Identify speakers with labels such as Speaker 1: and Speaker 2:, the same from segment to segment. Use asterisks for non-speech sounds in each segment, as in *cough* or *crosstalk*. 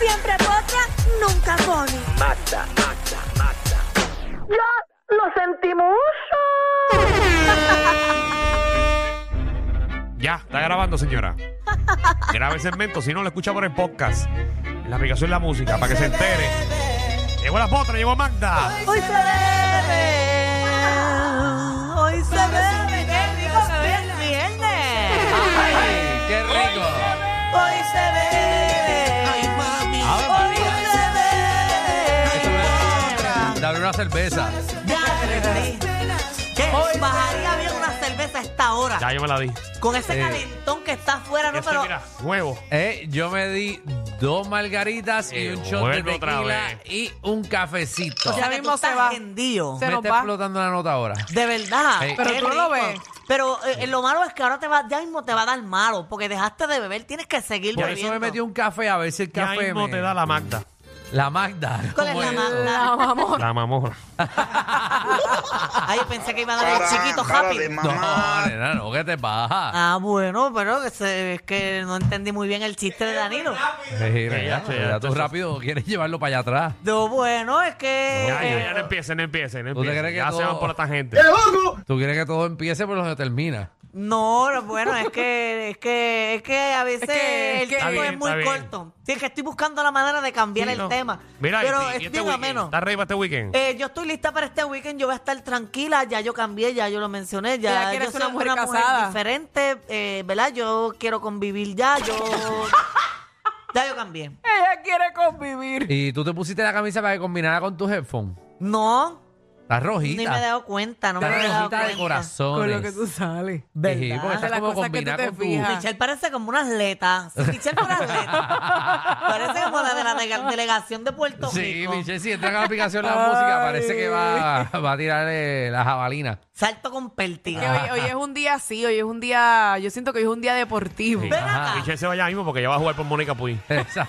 Speaker 1: Siempre potra, nunca pone.
Speaker 2: ¡Ya lo sentimos!
Speaker 3: Ya, está grabando,
Speaker 4: *laughs*
Speaker 3: señora. Grabe el segmento, si no lo escucha por el podcast. En la aplicación La Música, para que se entere. Llegó la potra, llegó Magda.
Speaker 5: Hoy se bebe. Hoy se bebe. Qué rico se ve el viernes.
Speaker 6: ¡Ay, qué rico!
Speaker 5: Hoy se bebe. Ay, mami. Hoy se bebe.
Speaker 6: Dame una cerveza.
Speaker 4: ¿Qué? Bajaría bien una cerveza a esta hora.
Speaker 3: Ya yo me la di.
Speaker 4: Con ese
Speaker 6: Sí.
Speaker 4: calentón que está afuera, no,
Speaker 3: Este,
Speaker 4: pero.
Speaker 3: mira, nuevo.
Speaker 6: Eh, yo me di dos margaritas y
Speaker 3: Eh,
Speaker 6: un shot de
Speaker 3: vuelve otra
Speaker 6: tequila
Speaker 3: vez.
Speaker 6: y un cafecito.
Speaker 4: O sea, que
Speaker 5: mismo
Speaker 4: tú
Speaker 5: se
Speaker 4: estás
Speaker 5: va.
Speaker 4: rendido.
Speaker 5: Se
Speaker 6: me
Speaker 5: nos
Speaker 6: está
Speaker 5: va.
Speaker 6: explotando la nota ahora.
Speaker 4: De verdad.
Speaker 6: Sí.
Speaker 5: Pero
Speaker 4: qué
Speaker 5: tú no lo
Speaker 4: rico.
Speaker 5: ves.
Speaker 4: Pero eh, eh, lo malo es que ahora te va, ya mismo te va a dar malo, porque dejaste de beber, tienes que seguir
Speaker 6: Por eso
Speaker 4: bebiendo.
Speaker 6: me metí un café a ver si el
Speaker 3: Ya
Speaker 6: café
Speaker 3: mismo
Speaker 6: me...
Speaker 3: te da la Magda.
Speaker 6: La Magda.
Speaker 4: ¿Cuál es
Speaker 6: ¿Cómo
Speaker 4: la Magda?
Speaker 5: La mamón.
Speaker 3: La mamona.
Speaker 4: *laughs* Ay, pensé que iba a dar el chiquito rápido.
Speaker 6: No, nena, no, ¿qué te pasa?
Speaker 4: Ah, bueno, pero es, es que no entendí muy bien el chiste de Danilo.
Speaker 6: Eh,
Speaker 3: Ya,
Speaker 6: mira,
Speaker 3: ya,
Speaker 6: ya
Speaker 3: ya,
Speaker 6: tú
Speaker 3: eso-
Speaker 6: rápido quieres llevarlo para allá atrás.
Speaker 4: No, bueno, es que.
Speaker 3: Ya, ya, ya no
Speaker 4: eh,
Speaker 3: empiecen, no empiecen. No
Speaker 6: ¿Tú te
Speaker 3: empiecen.
Speaker 6: crees que
Speaker 3: ya se van
Speaker 6: todo-
Speaker 3: por esta gente.
Speaker 6: Tú quieres que todo empiece por lo que termina.
Speaker 4: No, no, bueno, es que, es que, es que a veces
Speaker 5: que-
Speaker 4: el
Speaker 5: que-
Speaker 4: tiempo
Speaker 3: Está bien,
Speaker 4: es muy
Speaker 3: está bien.
Speaker 4: corto. Sí, es que estoy buscando la manera de cambiar
Speaker 3: Sí,
Speaker 4: el
Speaker 3: no.
Speaker 4: tema.
Speaker 3: Mira,
Speaker 4: pero
Speaker 3: y- y
Speaker 4: es
Speaker 3: este
Speaker 4: bien
Speaker 3: weekend,
Speaker 4: ameno.
Speaker 3: ¿Está arriba este weekend?
Speaker 4: Eh, yo estoy lista para este weekend, yo voy a estar tranquila, ya yo cambié, ya yo lo mencioné,
Speaker 5: Ya
Speaker 4: ya,
Speaker 5: que
Speaker 4: yo
Speaker 5: eres
Speaker 4: soy
Speaker 5: una mujer
Speaker 4: una mujer
Speaker 5: casada.
Speaker 4: diferente, eh, ¿verdad? Yo quiero convivir
Speaker 5: *laughs*
Speaker 4: ya, yo... ya yo cambié.
Speaker 5: Ella quiere convivir.
Speaker 6: Y tú te pusiste la camisa para que combinara con tus headphones.
Speaker 4: No,
Speaker 6: Estás
Speaker 4: ni me he
Speaker 6: rojita.
Speaker 4: dado cuenta, no me
Speaker 6: Estás
Speaker 4: he dado
Speaker 6: rojita
Speaker 4: cuenta.
Speaker 6: de corazones.
Speaker 5: Con lo que tú sales.
Speaker 6: Sí,
Speaker 4: ¿Verdad?
Speaker 6: porque
Speaker 5: De
Speaker 6: estás
Speaker 5: las
Speaker 6: como
Speaker 5: cosas que tú
Speaker 6: combinada
Speaker 5: te
Speaker 6: con tu...
Speaker 5: fijas.
Speaker 4: Michelle parece como una atleta. Sí, Michelle es una atleta. parece como la de la dega- delegación de Puerto
Speaker 6: *laughs* Sí,
Speaker 4: Rico.
Speaker 6: Michelle, si entra en la aplicación la música, parece que va, va a tirarle la jabalina.
Speaker 4: Salto con
Speaker 5: Que
Speaker 4: pértiga.
Speaker 6: Ah,
Speaker 5: hoy, hoy es un día así, hoy es un día. Yo siento que hoy es un día
Speaker 7: *laughs*
Speaker 5: deportivo.
Speaker 4: Ven acá,
Speaker 3: Michelle se vaya mismo porque ya va a jugar por Mónica Puy.
Speaker 6: Esa-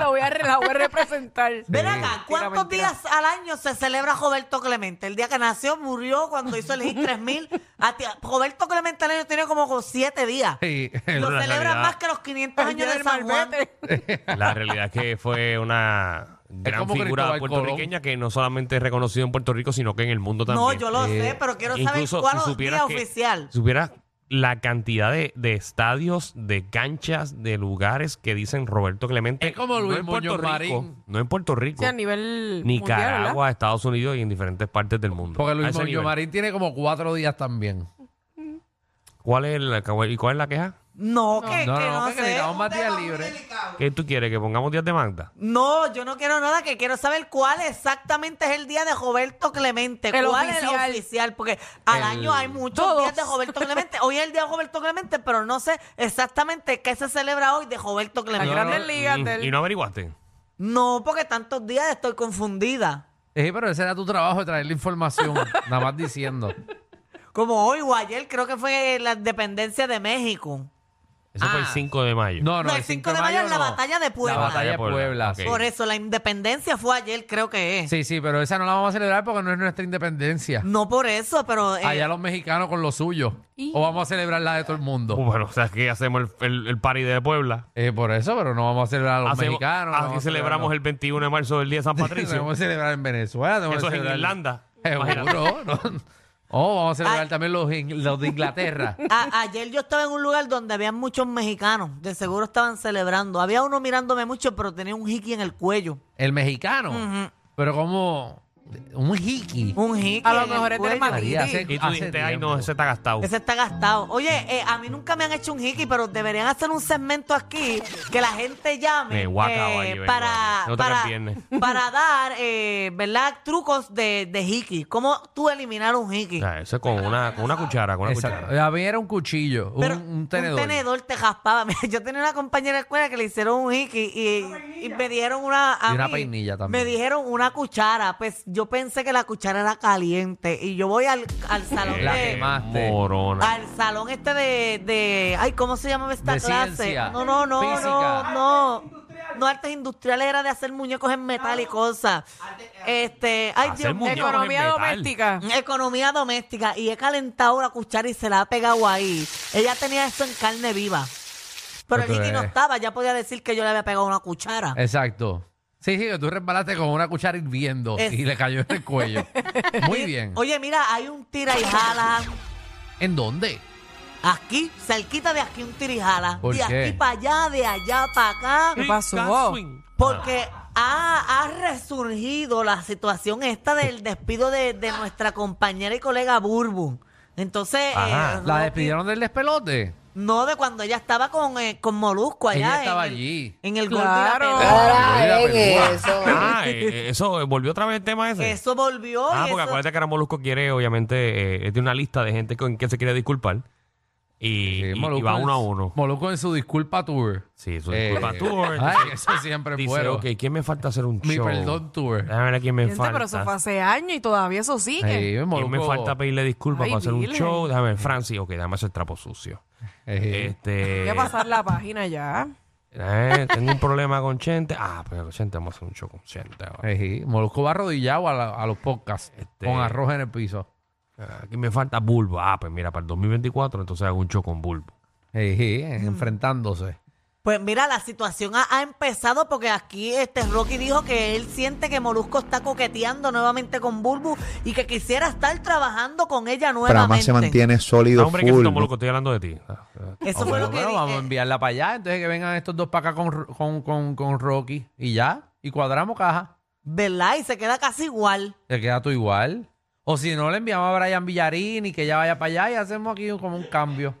Speaker 5: Lo voy a, re- la voy a representar.
Speaker 4: ven acá. ¿Cuántos
Speaker 5: mentira.
Speaker 7: *laughs*
Speaker 4: días al año se celebra Roberto Clemente? El día que nació, murió cuando hizo el Hit 3000. A ti- Ah, Roberto Clemente al año tiene como siete días.
Speaker 6: Sí,
Speaker 4: Lo
Speaker 3: la
Speaker 4: celebran
Speaker 3: realidad.
Speaker 4: más que los 500
Speaker 5: El día
Speaker 4: años de
Speaker 5: del
Speaker 4: San Juan.
Speaker 5: malvete.
Speaker 3: La realidad es que fue una gran
Speaker 6: como
Speaker 3: figura
Speaker 6: Cristóbal Colón.
Speaker 3: puertorriqueña que no solamente es reconocido en Puerto Rico, sino que en el mundo también.
Speaker 4: No, yo lo
Speaker 6: Eh,
Speaker 4: sé, pero quiero saber
Speaker 3: Incluso
Speaker 4: cuál
Speaker 3: si
Speaker 4: es el día
Speaker 3: supieras que-
Speaker 4: oficial.
Speaker 3: Si supieras la cantidad de, de estadios, de canchas, de lugares que dicen Roberto Clemente.
Speaker 6: Es como Luis
Speaker 3: no en Puerto
Speaker 6: Muñoz
Speaker 3: Rico,
Speaker 6: Marín.
Speaker 3: No en Puerto Rico.
Speaker 5: O sea, a nivel. mundial,
Speaker 3: Nicaragua,
Speaker 5: ¿verdad?
Speaker 3: Estados Unidos y en diferentes partes del mundo.
Speaker 6: Porque
Speaker 3: A
Speaker 6: Luis
Speaker 3: ese
Speaker 6: Muñoz
Speaker 3: nivel.
Speaker 6: Marín tiene como cuatro días también.
Speaker 3: ¿Cuál es la, ¿Y cuál es la queja?
Speaker 4: No, que
Speaker 6: No,
Speaker 4: que
Speaker 6: no,
Speaker 4: no
Speaker 6: no, que
Speaker 4: sé.
Speaker 6: necesitamos más días libres.
Speaker 3: ¿Qué tú quieres? ¿Que pongamos días de Magda?
Speaker 4: No, yo no quiero nada, que quiero saber cuál exactamente es el día de Roberto Clemente.
Speaker 5: El
Speaker 4: ¿Cuál es
Speaker 5: oficial.
Speaker 4: el oficial? Porque al
Speaker 6: El-
Speaker 4: año hay muchos
Speaker 5: Todos.
Speaker 4: días de Roberto Clemente. Hoy es el día de Roberto Clemente, pero no sé exactamente qué se celebra hoy de Roberto
Speaker 5: Las
Speaker 4: Clemente.
Speaker 5: grandes ligas
Speaker 3: Mm,
Speaker 5: del.
Speaker 3: ¿Y no averiguaste?
Speaker 4: No, porque tantos días estoy confundida.
Speaker 6: Sí, pero ese era tu trabajo de traer la información, nada más diciendo.
Speaker 4: Como hoy o ayer, creo que fue la dependencia de México.
Speaker 3: Eso fue el
Speaker 6: Ah.
Speaker 3: 5 de mayo.
Speaker 6: No, no,
Speaker 4: No, el 5 de mayo es la
Speaker 6: no.
Speaker 4: batalla de Puebla.
Speaker 6: La batalla de Puebla.
Speaker 3: Ok.
Speaker 6: sí.
Speaker 4: Por eso, la independencia fue ayer, creo que es.
Speaker 6: Sí, sí, pero esa no la vamos a celebrar porque no es nuestra independencia.
Speaker 4: No por eso, pero... eh,
Speaker 6: Allá los mexicanos con lo suyo. O vamos a celebrar la de todo el mundo.
Speaker 3: Pues Bueno, o sea, que hacemos el, el, el party de Puebla.
Speaker 6: Eh, por eso, pero no vamos a celebrar a los
Speaker 3: Hacemos-
Speaker 6: mexicanos.
Speaker 3: así celebramos
Speaker 6: *laughs*
Speaker 3: el 21 de marzo del Día de San
Speaker 6: Patricio.
Speaker 3: Patricio.
Speaker 6: Vamos a celebrar en Venezuela. tenemos que
Speaker 3: Eso es en
Speaker 6: celebrar-
Speaker 3: Irlanda. Imagínate.
Speaker 6: Seguro, *laughs* ¿no? Oh, vamos a celebrar
Speaker 4: Ay.
Speaker 6: también los, in- los
Speaker 4: *laughs*
Speaker 6: de Inglaterra.
Speaker 4: A- ayer yo estaba en un lugar donde había muchos mexicanos, de seguro estaban celebrando. Había uno mirándome mucho, pero tenía un hickey en el cuello.
Speaker 6: El mexicano. Pero como... Un hiki.
Speaker 4: Un jique.
Speaker 7: A lo
Speaker 4: en el
Speaker 7: mejor es
Speaker 4: cuello.
Speaker 7: dermatitis.
Speaker 6: María, hace-
Speaker 3: Y tú
Speaker 6: hace
Speaker 3: dijiste, ay,
Speaker 6: tiempo.
Speaker 3: no, ese está gastado.
Speaker 4: Ese está gastado. Oye, eh, a mí nunca me han hecho un hickey, pero deberían hacer un segmento aquí que la gente llame
Speaker 3: Me guaca,
Speaker 4: eh,
Speaker 3: vaya, vengo,
Speaker 4: para,
Speaker 3: vaya. No te
Speaker 4: para,
Speaker 3: conviene.
Speaker 4: para dar, eh, ¿verdad? Trucos de, de hickey. ¿Cómo tú eliminar un hickey?
Speaker 3: Ah, eso es con una, con una cuchara, con una
Speaker 6: Exacto.
Speaker 3: cuchara.
Speaker 6: A mí era un cuchillo, un,
Speaker 4: Pero
Speaker 6: un tenedor.
Speaker 4: te raspaba. *laughs* Mira, yo tenía una compañera de escuela que le hicieron un hickey y, y me dieron una. a
Speaker 6: Y una
Speaker 4: mí
Speaker 6: peinilla también.
Speaker 4: Me dijeron una cuchara. Pues yo pensé que la cuchara era caliente y yo voy al, al salón
Speaker 6: Eh, La
Speaker 4: de-
Speaker 6: quemaste.
Speaker 3: Morona.
Speaker 4: al salón este de, de ay cómo se llamaba esta
Speaker 6: De
Speaker 4: clase
Speaker 6: ciencia,
Speaker 4: no no no
Speaker 6: física.
Speaker 4: no no no artes industriales era de hacer muñecos en metal y cosas este ay
Speaker 3: Hacer
Speaker 4: Dios mío.
Speaker 3: muñecos en
Speaker 7: Economía
Speaker 3: metal.
Speaker 7: doméstica.
Speaker 4: economía doméstica y he calentado la cuchara y se la ha pegado ahí ella tenía esto en carne viva pero el
Speaker 6: Pero tú
Speaker 4: Nicky no
Speaker 6: eres-
Speaker 4: estaba ya podía decir que yo le había pegado una cuchara
Speaker 6: Exacto. Sí, sí, que tú resbalaste con una cuchara hirviendo
Speaker 4: Es-
Speaker 6: y le cayó en
Speaker 4: *laughs*
Speaker 6: el cuello. Muy bien.
Speaker 4: oye mira hay un tira y jala
Speaker 6: ¿En dónde?
Speaker 4: aquí cerquita de aquí un tira y jala
Speaker 6: ¿Por
Speaker 4: de
Speaker 6: qué?
Speaker 4: aquí para allá de allá para acá
Speaker 7: ¿Qué pasó?
Speaker 4: Porque ha, ha resurgido la situación esta del despido de, de nuestra compañera y colega Burbu. Entonces,
Speaker 3: Ajá.
Speaker 4: eh,
Speaker 6: ¿La
Speaker 4: Rocky-
Speaker 6: despidieron del despelote?
Speaker 4: No, de cuando ella estaba con, eh, con Molusco allá.
Speaker 6: Ella
Speaker 4: en
Speaker 6: estaba
Speaker 4: el-
Speaker 6: allí.
Speaker 4: En el
Speaker 7: Claro.
Speaker 4: gol de la
Speaker 8: Ah,
Speaker 4: pelota.
Speaker 6: Mira,
Speaker 9: Ahora
Speaker 6: pero-
Speaker 9: en eso.
Speaker 3: Ah, eh, eh, eso, eh, volvió otra vez el tema ese.
Speaker 4: Eso volvió.
Speaker 3: Ah,
Speaker 4: y eso-
Speaker 3: porque acuérdate que ahora Molusco quiere, obviamente, eh, tiene una lista de gente con quien se quiere disculpar. Y,
Speaker 6: Sí,
Speaker 3: y- y
Speaker 6: Eh, Molusco
Speaker 3: va
Speaker 6: en-
Speaker 3: uno a uno.
Speaker 6: Molusco en su disculpa tour.
Speaker 3: Sí, su
Speaker 6: Eh,
Speaker 3: disculpa tour.
Speaker 6: *laughs* ay,
Speaker 3: Entonces,
Speaker 6: eso siempre es
Speaker 3: dice,
Speaker 6: bueno.
Speaker 3: ok, Ah, ¿quién me falta hacer un
Speaker 6: Mi
Speaker 3: show?
Speaker 6: perdón tour.
Speaker 3: Déjame ver a quién me
Speaker 7: Gente,
Speaker 3: falta.
Speaker 7: pero eso fue hace años y todavía eso sigue.
Speaker 6: Sí,
Speaker 3: ¿Quién me
Speaker 6: Molusco-
Speaker 3: falta pedirle disculpas
Speaker 7: Ay,
Speaker 3: para hacer un
Speaker 7: Virgen.
Speaker 3: show? Déjame ver, Francis, ok, déjame hacer trapo sucio.
Speaker 6: Eh,
Speaker 3: Este,
Speaker 7: Voy a pasar la página ya.
Speaker 3: eh, tengo un problema con Chente. Ah, pero con Chente vamos a hacer un show con Chente. ahora.
Speaker 6: eh, Molusco va arrodillado a, la- a los podcasts
Speaker 3: Este-
Speaker 6: con arroz en el piso.
Speaker 3: Aquí me falta Bulbo. Ah, pues mira, para el 2024 entonces hago un show con Bulbo.
Speaker 6: Eh, eh,
Speaker 4: Mm.
Speaker 6: enfrentándose.
Speaker 4: Pues mira, la situación ha, ha empezado porque aquí este Rocky dijo que él siente que Molusco está coqueteando nuevamente con Burbu y que quisiera estar trabajando con ella nuevamente.
Speaker 3: Ah,
Speaker 9: sólido,
Speaker 3: hombre, que quito, Molusco, estoy hablando de ti. Ah, ah.
Speaker 4: Eso fue
Speaker 6: Bueno,
Speaker 4: lo que
Speaker 6: bueno,
Speaker 4: di-
Speaker 6: vamos a
Speaker 4: eh,
Speaker 6: enviarla para allá. Entonces que vengan estos dos para acá con, Ro- con, con, con Rocky y ya. Y cuadramos caja.
Speaker 4: ¿Verdad? Y se queda casi igual. *laughs*
Speaker 6: Te queda tú igual. O si no, le enviamos a Brian Villarín y que ya vaya para allá y hacemos aquí un- como un cambio.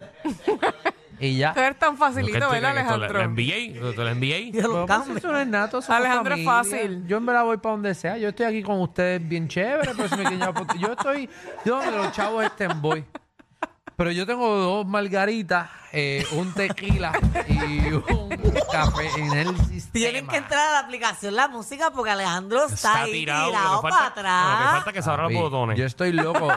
Speaker 6: y ya.
Speaker 7: Tú eres tan facilito,
Speaker 3: Lo que tú
Speaker 7: ¿verdad,
Speaker 3: crees que esto,
Speaker 7: Alejandro?
Speaker 3: La envié, la envié.
Speaker 4: Ya lo
Speaker 6: Pues,
Speaker 4: cambia.
Speaker 6: pues, eso no es nato, somos
Speaker 7: Alejandro, es
Speaker 6: familia.
Speaker 7: fácil.
Speaker 6: Yo en verdad voy para donde sea. Yo estoy aquí con ustedes bien chévere, pero si me quieren llevar por- Yo estoy de donde los chavos estén, voy. Pero yo tengo dos margaritas, eh, un tequila y un café en el sistema.
Speaker 4: Tienen que entrar a la aplicación La Música porque Alejandro está, ahí tirado,
Speaker 3: lo que
Speaker 4: para
Speaker 3: falta- Lo que
Speaker 4: atrás.
Speaker 3: falta es que se abran los
Speaker 6: Papi,
Speaker 3: botones.
Speaker 6: Yo estoy loco.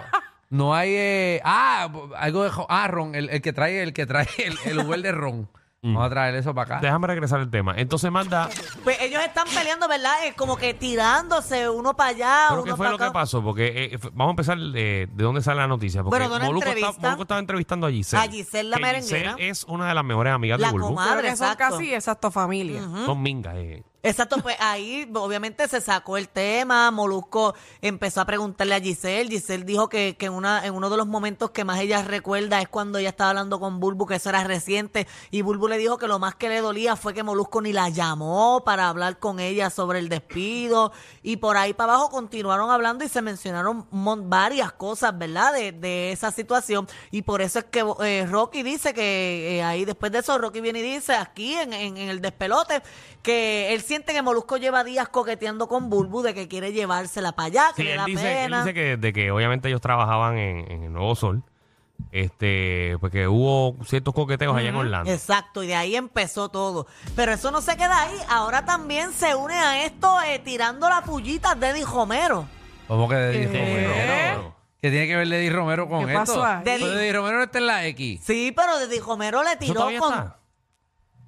Speaker 6: No hay eh, ah, algo de jo- ah, ron, el, el que trae, el que trae el, el Uber de ron. Vamos a traer eso para acá.
Speaker 3: Déjame regresar el tema. Entonces manda.
Speaker 4: Pues ellos están peleando, ¿verdad? Es como que tirándose uno para allá,
Speaker 3: ¿Pero qué
Speaker 4: uno
Speaker 3: fue
Speaker 4: para
Speaker 3: lo
Speaker 4: acá.
Speaker 3: que pasó? Porque eh, fue- vamos a empezar eh, de dónde sale la noticia. Porque
Speaker 4: Bueno, de una
Speaker 3: Molusco,
Speaker 4: entrevista.
Speaker 3: estaba- Molusco estaba entrevistando a Giselle.
Speaker 4: A Giselle la
Speaker 3: Que
Speaker 4: merenguera.
Speaker 3: Giselle es una de las mejores amigas
Speaker 4: La
Speaker 3: de Bulbo.
Speaker 4: comadre.
Speaker 7: Pero que son
Speaker 4: exacto.
Speaker 7: casi exacto familia.
Speaker 3: Son mingas. eh.
Speaker 4: Exacto, pues ahí obviamente se sacó el tema, Molusco empezó a preguntarle a Giselle, Giselle dijo que, que en, una, en uno de los momentos que más ella recuerda es cuando ella estaba hablando con Bulbu, que eso era reciente, y Bulbu le dijo que lo más que le dolía fue que Molusco ni la llamó para hablar con ella sobre el despido, y por ahí para abajo continuaron hablando y se mencionaron mon- varias cosas, ¿verdad?, de, de esa situación, y por eso es que eh, Rocky dice que eh, ahí después de eso Rocky viene y dice aquí en, en- en el despelote que él siente que Molusco lleva días coqueteando con Bulbu de que quiere llevársela para allá, que
Speaker 3: Sí,
Speaker 4: le
Speaker 3: él
Speaker 4: da
Speaker 3: dice, él
Speaker 4: pena.
Speaker 3: dice que desde que obviamente ellos trabajaban en, en el Nuevo Sol, este, pues que hubo ciertos coqueteos allá en Orlando.
Speaker 4: Exacto, y de ahí empezó todo. Pero eso no se queda ahí. Ahora también se une a esto eh, tirando la pullita Deddy Homero.
Speaker 6: ¿Cómo que Deddy
Speaker 3: Eh,
Speaker 6: Romero? ¿Qué tiene que ver Deddy Romero con
Speaker 7: ¿Qué
Speaker 6: esto?
Speaker 7: pasó ahí?
Speaker 6: Pero Deddy Romero no está en la X.
Speaker 4: Sí, pero Deddy Homero le
Speaker 3: ¿Eso
Speaker 4: tiró
Speaker 3: todavía
Speaker 4: con...
Speaker 3: está?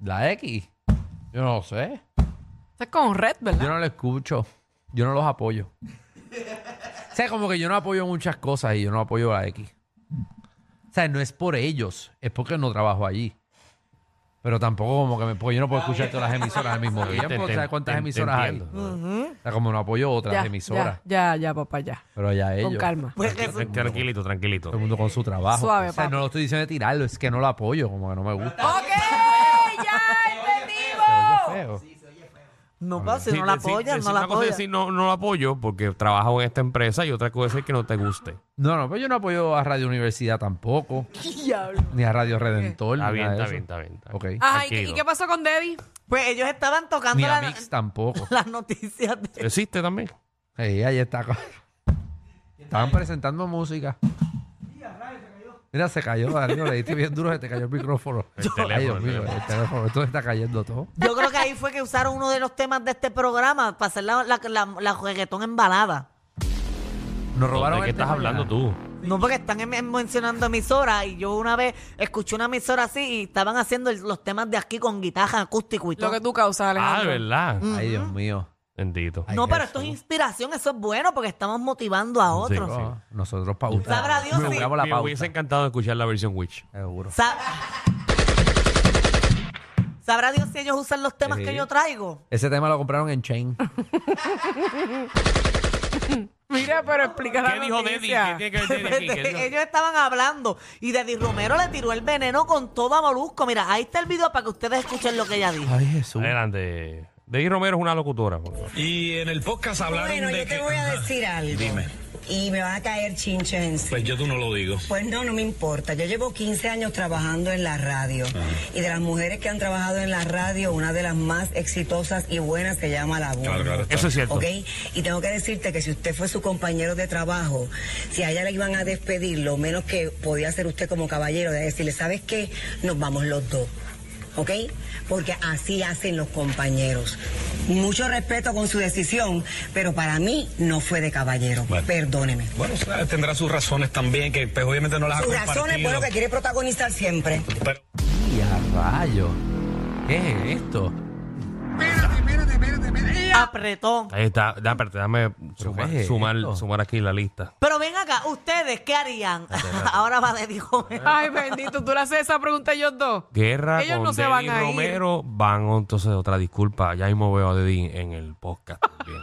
Speaker 6: ¿La X? Yo no lo sé.
Speaker 7: Eso es con Red,
Speaker 6: Yo
Speaker 7: ¿verdad?
Speaker 6: no lo escucho. Yo no los apoyo. O sea, como que yo no apoyo muchas cosas y yo no apoyo la X. O sea, no es por ellos, es porque no trabajo allí. Pero tampoco como que me, porque yo no puedo escuchar todas las emisoras al mismo
Speaker 3: Sí, te
Speaker 6: tiempo.
Speaker 3: enten-
Speaker 6: ¿Sabes cuántas
Speaker 3: te
Speaker 6: emisoras hay?
Speaker 3: entiendo.
Speaker 6: O sea, como no apoyo otras
Speaker 7: ya,
Speaker 6: emisoras.
Speaker 7: Ya, ya, ya, papá, ya.
Speaker 6: Pero ya ellos.
Speaker 7: Con calma.
Speaker 4: Pues eso-
Speaker 3: Este, Tranquilito, tranquilito.
Speaker 6: Todo el mundo con su trabajo.
Speaker 7: Suave,
Speaker 6: o sea,
Speaker 7: papi.
Speaker 6: no lo estoy diciendo de tirarlo, es que no lo
Speaker 7: *laughs*
Speaker 6: apoyo, como que no me gusta.
Speaker 7: ¡Ok! ¡Ya entendimos!
Speaker 6: Feo.
Speaker 4: No, pa, si
Speaker 3: Sí,
Speaker 4: no la
Speaker 3: decir-
Speaker 4: apoyan, no
Speaker 3: decir
Speaker 4: la
Speaker 3: una cosa es
Speaker 4: apoyan.
Speaker 3: decir, no, no la apoyo porque trabajo en esta empresa y otra cosa es que no te guste.
Speaker 6: No, no, pues yo no apoyo a Radio Universidad
Speaker 7: *laughs*
Speaker 6: tampoco. Ni a Radio Redentor.
Speaker 3: Está
Speaker 6: ni
Speaker 3: bien,
Speaker 6: nada de
Speaker 3: está
Speaker 6: eso.
Speaker 3: bien, está bien. está
Speaker 6: Ok.
Speaker 3: bien.
Speaker 7: Ajá, ¿y qué-
Speaker 3: Tranquilo.
Speaker 7: ¿y qué pasó con Debbie?
Speaker 4: Pues ellos estaban tocando
Speaker 6: Ni a
Speaker 4: la-
Speaker 6: Mix tampoco.
Speaker 4: *laughs* las noticias de... *laughs*
Speaker 3: Existe también.
Speaker 6: Sí, ahí está. co- Estaban presentando música. Mira, se cayó, Darío. Le diste bien duro, se te cayó el micrófono.
Speaker 3: El teléfono,
Speaker 6: Ay, Dios
Speaker 3: el
Speaker 6: mío,
Speaker 3: teléfono.
Speaker 6: el teléfono. Esto está cayendo todo.
Speaker 4: Yo creo que ahí fue que usaron uno de los temas de este programa para hacer la, la, la, la reggaetón en balada.
Speaker 6: Nos robaron
Speaker 3: ¿De qué
Speaker 6: el
Speaker 3: estás
Speaker 6: tema,
Speaker 3: hablando
Speaker 6: ¿verdad?
Speaker 3: tú?
Speaker 4: No, porque están em- em- mencionando emisoras y yo una vez escuché una emisora así y estaban haciendo el- los temas de aquí con guitarra acústico y
Speaker 7: Lo
Speaker 4: todo.
Speaker 7: que tú causas,
Speaker 3: Ah, de
Speaker 7: Alejandro.
Speaker 3: verdad.
Speaker 6: Ay, Dios mío.
Speaker 3: Bendito.
Speaker 6: Ay,
Speaker 4: no, pero esto
Speaker 6: Jesús.
Speaker 4: es inspiración, eso es bueno porque estamos motivando a
Speaker 3: Sí.
Speaker 4: otros.
Speaker 6: Oh, Nosotros pauta.
Speaker 4: Sabrá Dios si-
Speaker 6: Jugamos la
Speaker 3: Me hubiese
Speaker 6: pauta.
Speaker 3: encantado escuchar la versión Witch.
Speaker 6: Seguro.
Speaker 4: Sa- Sabrá Dios si ellos usan los temas
Speaker 6: Sí.
Speaker 4: que yo traigo.
Speaker 6: Ese tema lo compraron en Chain.
Speaker 7: Mira, pero explica la
Speaker 3: ¿Qué dijo Deddy? ¿Qué
Speaker 7: noticia.
Speaker 3: tiene que ver Deddy aquí? ¿Qué
Speaker 7: *laughs*
Speaker 3: dijo?
Speaker 4: Pues, ellos estaban hablando y Deddy Romero le tiró el veneno con todo a Molusco. Mira, ahí está el video para que ustedes escuchen lo que ella dijo.
Speaker 6: Ay, Jesús.
Speaker 3: Adelante. Debbie Romero es una locutora. por favor.
Speaker 9: Y en el podcast hablaron
Speaker 2: Bueno,
Speaker 9: de
Speaker 2: yo te
Speaker 9: que-
Speaker 2: voy a
Speaker 9: Ajá.
Speaker 2: decir algo.
Speaker 9: Dime.
Speaker 2: Y me van a caer chinches encima.
Speaker 9: Pues yo tú no lo digo.
Speaker 2: Pues no, no me importa. Yo llevo 15 años trabajando en la radio.
Speaker 9: Ah.
Speaker 2: Y de las mujeres que han trabajado en la radio, una de las más exitosas y buenas se llama La Voz.
Speaker 9: Claro, claro, está.
Speaker 3: Eso es cierto.
Speaker 2: ¿Ok? Y tengo que decirte que si usted fue su compañero de trabajo, si a ella le iban a despedir, lo menos que podía hacer usted como caballero de decirle, ¿sabes qué? Nos vamos los dos. ¿Ok? Porque así hacen los compañeros. Mucho respeto con su decisión, pero para mí no fue de caballero.
Speaker 9: Bueno.
Speaker 2: Perdóneme.
Speaker 9: Bueno, o sea, tendrá sus razones también, que pues obviamente no las ha
Speaker 2: Sus razones por
Speaker 9: compartido.
Speaker 2: lo que quiere protagonizar siempre.
Speaker 9: Pero-
Speaker 6: Y a rayo. ¿Qué es esto?
Speaker 4: Apretón.
Speaker 3: Ahí está. Da- espérate, Déjame
Speaker 6: qué
Speaker 3: sumar,
Speaker 6: es esto?
Speaker 3: sumar, sumar aquí la lista.
Speaker 4: Pero ven acá, ustedes, ¿qué harían? *laughs* Ahora va Deddy Romero.
Speaker 7: Ay, bendito, tú le haces esa pregunta a ellos dos.
Speaker 3: Guerra
Speaker 7: Ellos
Speaker 3: con
Speaker 7: no se
Speaker 3: Deddy
Speaker 7: van a ir.
Speaker 3: Romero. Van entonces otra disculpa. Ya mismo veo a Deddy en el podcast.
Speaker 7: *laughs*
Speaker 3: también.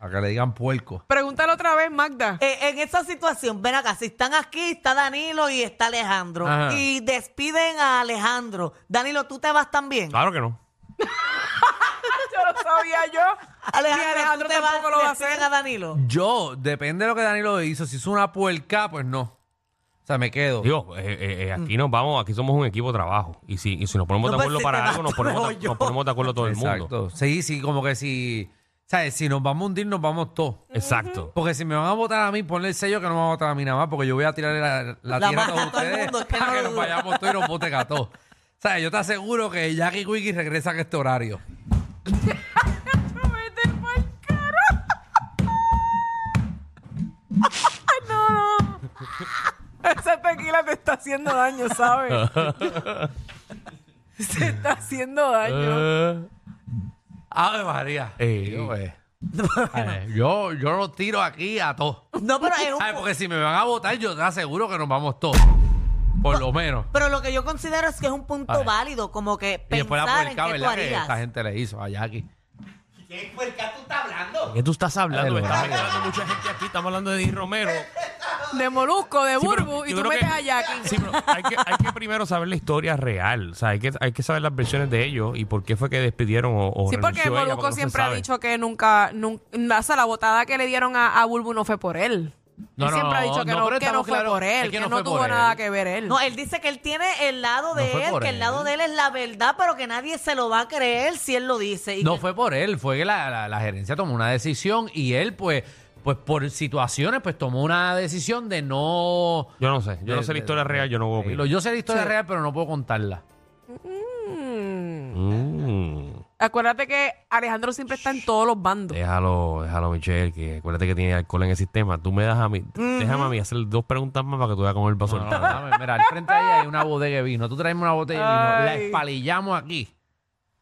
Speaker 6: A que le digan puerco.
Speaker 7: Pregúntale otra vez, Magda.
Speaker 4: Eh, en esa situación, ven acá, si están aquí, está Danilo y está Alejandro.
Speaker 3: Ajá.
Speaker 4: Y despiden a Alejandro. Danilo, ¿tú te vas también? *laughs*
Speaker 6: Ah.
Speaker 3: claro que no.
Speaker 7: *laughs* Yo lo sabía yo. Ni Alejandro
Speaker 4: ¿tú te vas?
Speaker 7: tampoco lo va a
Speaker 4: ¿Despiden
Speaker 7: hacer.
Speaker 4: a Danilo?
Speaker 6: Yo, depende de lo que Danilo hizo. Si hizo una puerca, pues no. O sea, me quedo.
Speaker 3: Digo, eh, eh, eh,
Speaker 7: Mm.
Speaker 3: aquí nos vamos, aquí somos un equipo de trabajo. Y si, y si nos ponemos
Speaker 4: No,
Speaker 3: de
Speaker 4: pues,
Speaker 3: acuerdo
Speaker 4: se te
Speaker 3: para
Speaker 4: va
Speaker 3: algo, nos
Speaker 4: todo
Speaker 3: ponemos, de,
Speaker 4: yo.
Speaker 3: nos ponemos de acuerdo todo el
Speaker 6: Exacto.
Speaker 3: mundo.
Speaker 6: Sí, sí, como que si. ¿Sabes? Si nos vamos a hundir, nos vamos todos.
Speaker 3: Exacto.
Speaker 6: Porque si me van a votar a mí, ponle el sello que no me van a votar a mí nada más, porque yo voy a tirar la, la
Speaker 4: La
Speaker 6: tierra a
Speaker 4: mano
Speaker 6: todos
Speaker 4: a todo el
Speaker 6: ustedes
Speaker 4: mundo, es que
Speaker 6: para
Speaker 4: no
Speaker 6: que
Speaker 4: lo
Speaker 6: nos
Speaker 4: dudo.
Speaker 6: vayamos todos y nos voten a todos. ¿Sabes? Yo te aseguro que Jackie Quickie regresa a este horario.
Speaker 7: Vete pa'l carajo. *laughs* Ay, no, no. Esa tequila te está haciendo daño,
Speaker 3: *laughs*
Speaker 7: ¿sabes? Se está haciendo daño.
Speaker 3: Eh,
Speaker 6: ¡Ave María!
Speaker 3: Ey.
Speaker 6: Yo,
Speaker 4: *laughs*
Speaker 6: eh, eh, yo, yo lo tiro aquí a todos.
Speaker 4: No, pero es un-
Speaker 6: *laughs* ¿Sabes? Porque si me van a votar, yo te aseguro que nos vamos todos. Por lo menos.
Speaker 4: Pero lo que yo considero es que es un punto
Speaker 6: Ay.
Speaker 4: válido, como que
Speaker 6: Y después la
Speaker 4: pensar en
Speaker 6: puerca,
Speaker 4: qué tú
Speaker 6: ¿verdad? Que
Speaker 4: harías.
Speaker 6: esta gente le hizo a Jackie.
Speaker 3: ¿de ¿Qué tú estás hablando?
Speaker 6: Ay,
Speaker 3: Me estás
Speaker 6: Lord.
Speaker 3: ayudando mucha gente aquí. Estamos hablando de Di Romero.
Speaker 7: De molusco, de
Speaker 3: Sí, pero
Speaker 7: burbu, y
Speaker 3: yo
Speaker 7: tú
Speaker 3: creo
Speaker 7: metes
Speaker 3: que-
Speaker 7: a Jackie.
Speaker 3: Sí, pero hay que, hay que primero saber la historia real. O sea, hay que, hay que saber las versiones de ellos y por qué fue que despidieron o, o
Speaker 7: Sí, porque
Speaker 3: renunció ella,
Speaker 7: Molusco
Speaker 3: no se
Speaker 7: siempre ha
Speaker 3: sabe.
Speaker 7: dicho que nunca, nunca, o sea, la botada que le dieron a, a Bulbu no fue por él.
Speaker 6: No,
Speaker 7: él
Speaker 6: no,
Speaker 7: siempre ha dicho que
Speaker 6: no,
Speaker 7: no,
Speaker 6: pero
Speaker 7: que no
Speaker 6: estamos
Speaker 7: fue
Speaker 6: claros,
Speaker 7: por
Speaker 6: es
Speaker 7: él,
Speaker 6: que
Speaker 7: que
Speaker 6: no
Speaker 7: no,
Speaker 6: fue por
Speaker 7: tuvo
Speaker 6: él.
Speaker 7: nada que ver él.
Speaker 4: No, él dice que él tiene el lado de
Speaker 6: No fue
Speaker 4: él,
Speaker 6: por
Speaker 4: que el lado
Speaker 6: él.
Speaker 4: de él es la verdad, pero que nadie se lo va a creer si él lo dice. Y
Speaker 6: No
Speaker 4: que-
Speaker 6: fue por él, fue que la, la- la gerencia tomó una decisión y él, pues, pues por situaciones, pues tomó una decisión de no.
Speaker 3: Yo no sé. Yo no
Speaker 6: de-
Speaker 3: sé la
Speaker 6: de-
Speaker 3: historia real. Yo no voy a
Speaker 6: de-
Speaker 3: opinar.
Speaker 6: Yo sé la historia real, pero no puedo contarla.
Speaker 7: Mm.
Speaker 3: Mm.
Speaker 7: Acuérdate que Alejandro siempre está en todos los bandos.
Speaker 3: Déjalo, déjalo, Michelle, que acuérdate que tiene alcohol en el sistema. Tú me das a mí, déjame a mí hacer dos preguntas más para que tú veas cómo él va a
Speaker 6: No, no,
Speaker 3: soltar.
Speaker 6: dame, mira, al frente ahí hay una bodega de vino. Tú traemos una botella de vino, la
Speaker 7: Ay.
Speaker 6: espalillamos aquí.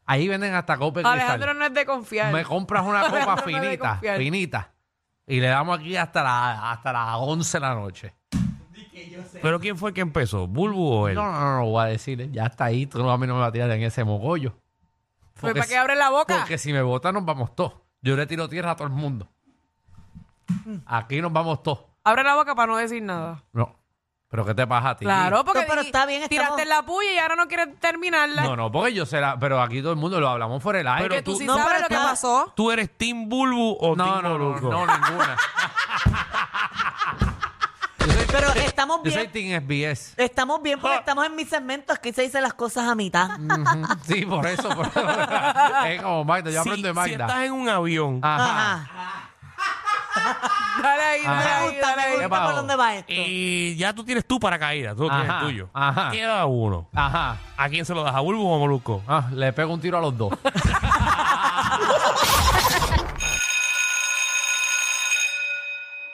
Speaker 6: Ahí venden hasta copa de
Speaker 7: Alejandro
Speaker 6: cristal.
Speaker 7: no es de confiar.
Speaker 6: Me compras
Speaker 7: *laughs*
Speaker 6: una copa
Speaker 7: Alejandro no debe
Speaker 6: finita,
Speaker 7: confiar.
Speaker 6: finita. Y le damos aquí hasta, la- hasta las 11 de la noche.
Speaker 3: Pero ¿quién fue el que empezó? ¿Bulbu o él?
Speaker 6: No, no, no, no, voy a decir. Ya está ahí. Tú no- a mí no me vas a tirar en ese mogollo.
Speaker 7: Pues,
Speaker 6: Porque
Speaker 7: ¿Para qué
Speaker 6: si-
Speaker 7: abre la boca?
Speaker 6: Porque si me votan nos vamos todos. Yo le tiro tierra a todo el mundo. Aquí nos vamos todos.
Speaker 7: Abre la boca para no decir nada.
Speaker 6: No. ¿Pero qué te pasa a ti?
Speaker 7: Claro, porque
Speaker 4: No, pero
Speaker 7: di-
Speaker 4: está bien, estamos-
Speaker 7: tiraste la puya y ahora no quieres terminarla.
Speaker 6: No, no, porque yo sé la... Pero aquí todo el mundo lo hablamos fuera del aire.
Speaker 7: que tú, sí
Speaker 4: no,
Speaker 7: sabes
Speaker 4: pero
Speaker 7: lo que
Speaker 4: está-
Speaker 7: pasó.
Speaker 3: ¿Tú eres Team Bulbu o
Speaker 6: No,
Speaker 3: Team
Speaker 6: no, no,
Speaker 3: Molusco?
Speaker 6: no, ninguna.
Speaker 4: Pero estamos
Speaker 6: Yo soy
Speaker 4: bien.
Speaker 6: Team SBS.
Speaker 4: Estamos bien porque estamos en mis segmentos que se dice las cosas a mitad.
Speaker 6: Sí, por eso. Por eso. es como Magda, yo
Speaker 3: Si-
Speaker 6: aprendo de
Speaker 3: si,
Speaker 6: Magda.
Speaker 3: estás en un
Speaker 6: Ah,
Speaker 3: avión
Speaker 6: Ajá.
Speaker 4: Ajá.
Speaker 7: Dale ahí, dale
Speaker 6: Ajá.
Speaker 4: Me
Speaker 7: ahí,
Speaker 4: gusta,
Speaker 7: dale
Speaker 4: me
Speaker 7: ahí.
Speaker 6: ¿Qué
Speaker 4: gusta por
Speaker 6: pasó?
Speaker 4: dónde va esto.
Speaker 3: y ya tú tienes tu paracaídas, tú tienes
Speaker 6: Ajá,
Speaker 3: el tuyo.
Speaker 6: ajá.
Speaker 3: Queda uno.
Speaker 6: Ajá.
Speaker 3: ¿A quién se lo das? ¿A Bulbu o a Molusco?
Speaker 6: Ah, le pego un tiro a los dos.